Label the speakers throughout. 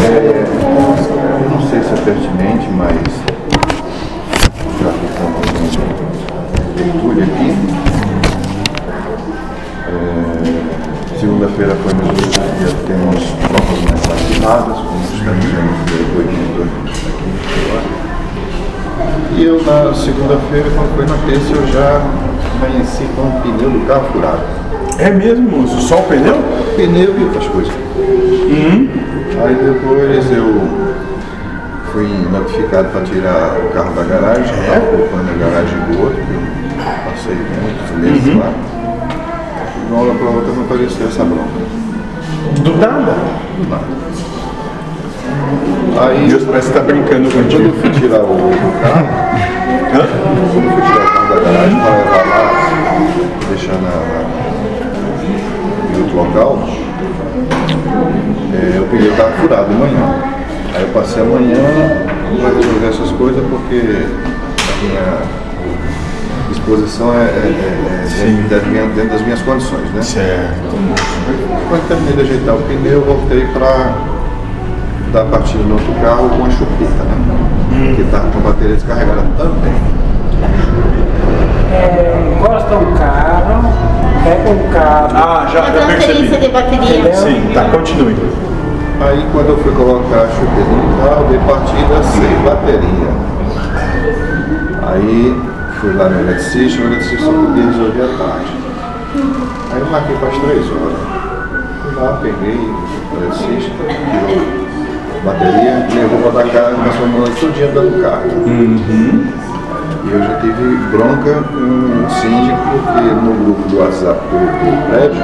Speaker 1: É, eu não sei se é pertinente, mas já que estamos em leitura aqui, é, segunda-feira foi meu dia, temos provas mais vacinadas, como estamos vendo o editor aqui agora. E eu na segunda-feira, quando foi na terça, eu já amanheci com o pneu do carro furado.
Speaker 2: É mesmo, Lúcio? Só o pneu?
Speaker 1: Pneu e outras coisas. Aí depois eu fui notificado para tirar o carro da garagem, estava ocupando a garagem do outro, que eu passei muitos meses lá. De uma hora para outra não apareceu essa bronca.
Speaker 2: Do nada.
Speaker 1: Do nada. Aí
Speaker 2: Deus parece que tá brincando
Speaker 1: quando eu
Speaker 2: contigo.
Speaker 1: fui tirar o o carro, quando eu fui tirar o carro da garagem para levar lá, deixar na, na- em outro local, é, eu peguei o carro furado de manhã. Aí eu passei a manhã para resolver essas coisas porque a minha exposição é, é- é- é dentro, das minhas, dentro das minhas condições, né?
Speaker 2: Certo.
Speaker 1: Quando terminei de ajeitar o pneu, eu voltei para dar partida no outro carro com a chupeta, né? Que estava com a bateria descarregada também.
Speaker 3: É, gosta do carro, pega o carro.
Speaker 2: Ah, já, já percebi.
Speaker 4: transferência de bateria.
Speaker 2: Sim, tá, continue.
Speaker 1: Aí quando eu fui colocar a chupeta no carro, dei partida sem bateria. Aí fui lá no eletricista, o eletricista só podia resolver à tarde. Aí eu marquei para as três horas. Fui lá, peguei o eletricista, tirou a bateria, levou para da casa, passou a mão todinha dentro do carro. E eu já tive bronca com o síndico, porque no grupo do WhatsApp do, do prédio,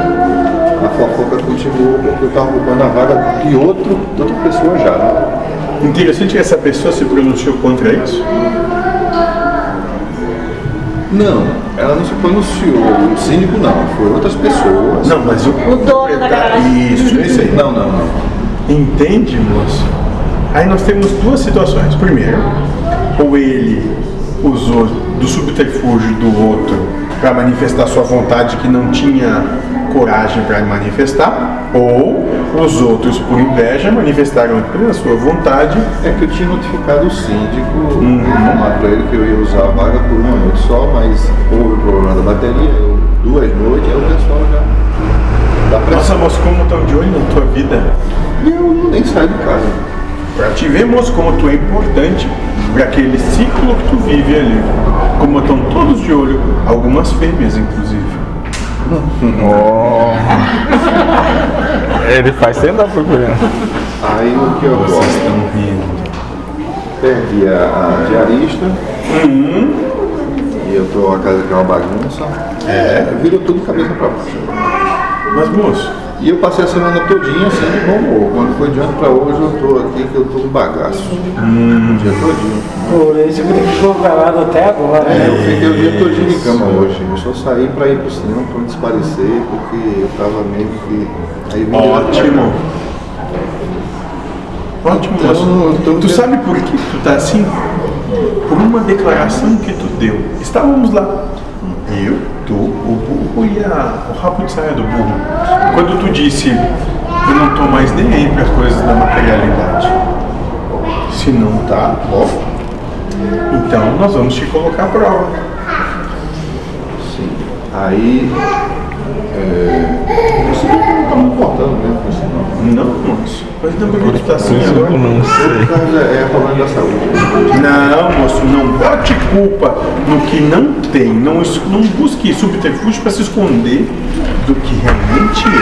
Speaker 1: a fofoca continuou porque eu estava ocupando a vaga de outro, de outra pessoa já. né?
Speaker 2: Interessante que essa pessoa se pronunciou contra isso.
Speaker 1: Não, ela não se pronunciou, o síndico não, foram outras pessoas.
Speaker 2: Não, mas o.
Speaker 4: O dono da garagem.
Speaker 2: Isso, é isso aí.
Speaker 1: Não, não, não.
Speaker 2: Entende, moço? Aí nós temos duas situações. Primeiro, ou ele usou do subterfúgio do outro para manifestar sua vontade que não tinha coragem para manifestar, ou os outros, por inveja, manifestaram apenas sua vontade.
Speaker 1: É que eu tinha notificado o síndico,
Speaker 2: Uhum.
Speaker 1: informado para ele que eu ia usar a vaga por uma noite só, mas houve problema da bateria, eu, duas noites, aí o pessoal já dá pressão.
Speaker 2: Nossa, moço, como estão de olho na tua vida?
Speaker 1: E eu nem saio de casa.
Speaker 2: Para te ver, moço, como tu é importante para aquele ciclo que tu vive ali. Como estão todos de olho, algumas fêmeas, inclusive.
Speaker 5: Ele faz sempre a procurando.
Speaker 1: Aí o que eu
Speaker 2: Vocês
Speaker 1: gosto?
Speaker 2: estão rindo.
Speaker 1: Perdi a, a diarista. E eu tô a casa que é uma bagunça. É. Virou tudo cabeça pra baixo.
Speaker 2: Mas, moço,
Speaker 1: E eu passei a semana todinha assim de bom humor. Quando foi de ontem pra hoje eu tô aqui que eu tô um bagaço. O dia todinho.
Speaker 3: Por isso que ele ficou calado até agora. né?
Speaker 1: É, eu fiquei o dia todinho de cama hoje. Eu só saí pra ir pro cinema pra me desparecer, porque eu tava meio que. Aí vim direto pra
Speaker 2: ótimo.
Speaker 1: cá.
Speaker 2: Ótimo,
Speaker 1: Então,
Speaker 2: moço.
Speaker 1: eu tô
Speaker 2: tu
Speaker 1: vendo-
Speaker 2: sabe por que tu tá assim? Por uma declaração que tu deu. Estávamos lá. Eu, tu, o burro e a, o rabo de saia do burro. Quando tu disse, eu não tô mais nem aí para coisas da materialidade. Se não tá, ó. Então nós vamos te colocar à prova.
Speaker 1: Sim. assim. Aí. É... Esse grupo não tá me importando mesmo com isso não.
Speaker 2: Não, moço. Mas não por que tu tá assim
Speaker 1: é,
Speaker 2: agora?
Speaker 5: Não
Speaker 1: Por
Speaker 5: sei.
Speaker 1: causa é problema da saúde.
Speaker 2: Não, moço, não bote culpa no que não tem. Não, es- não busque subterfúgio para se esconder do que realmente é.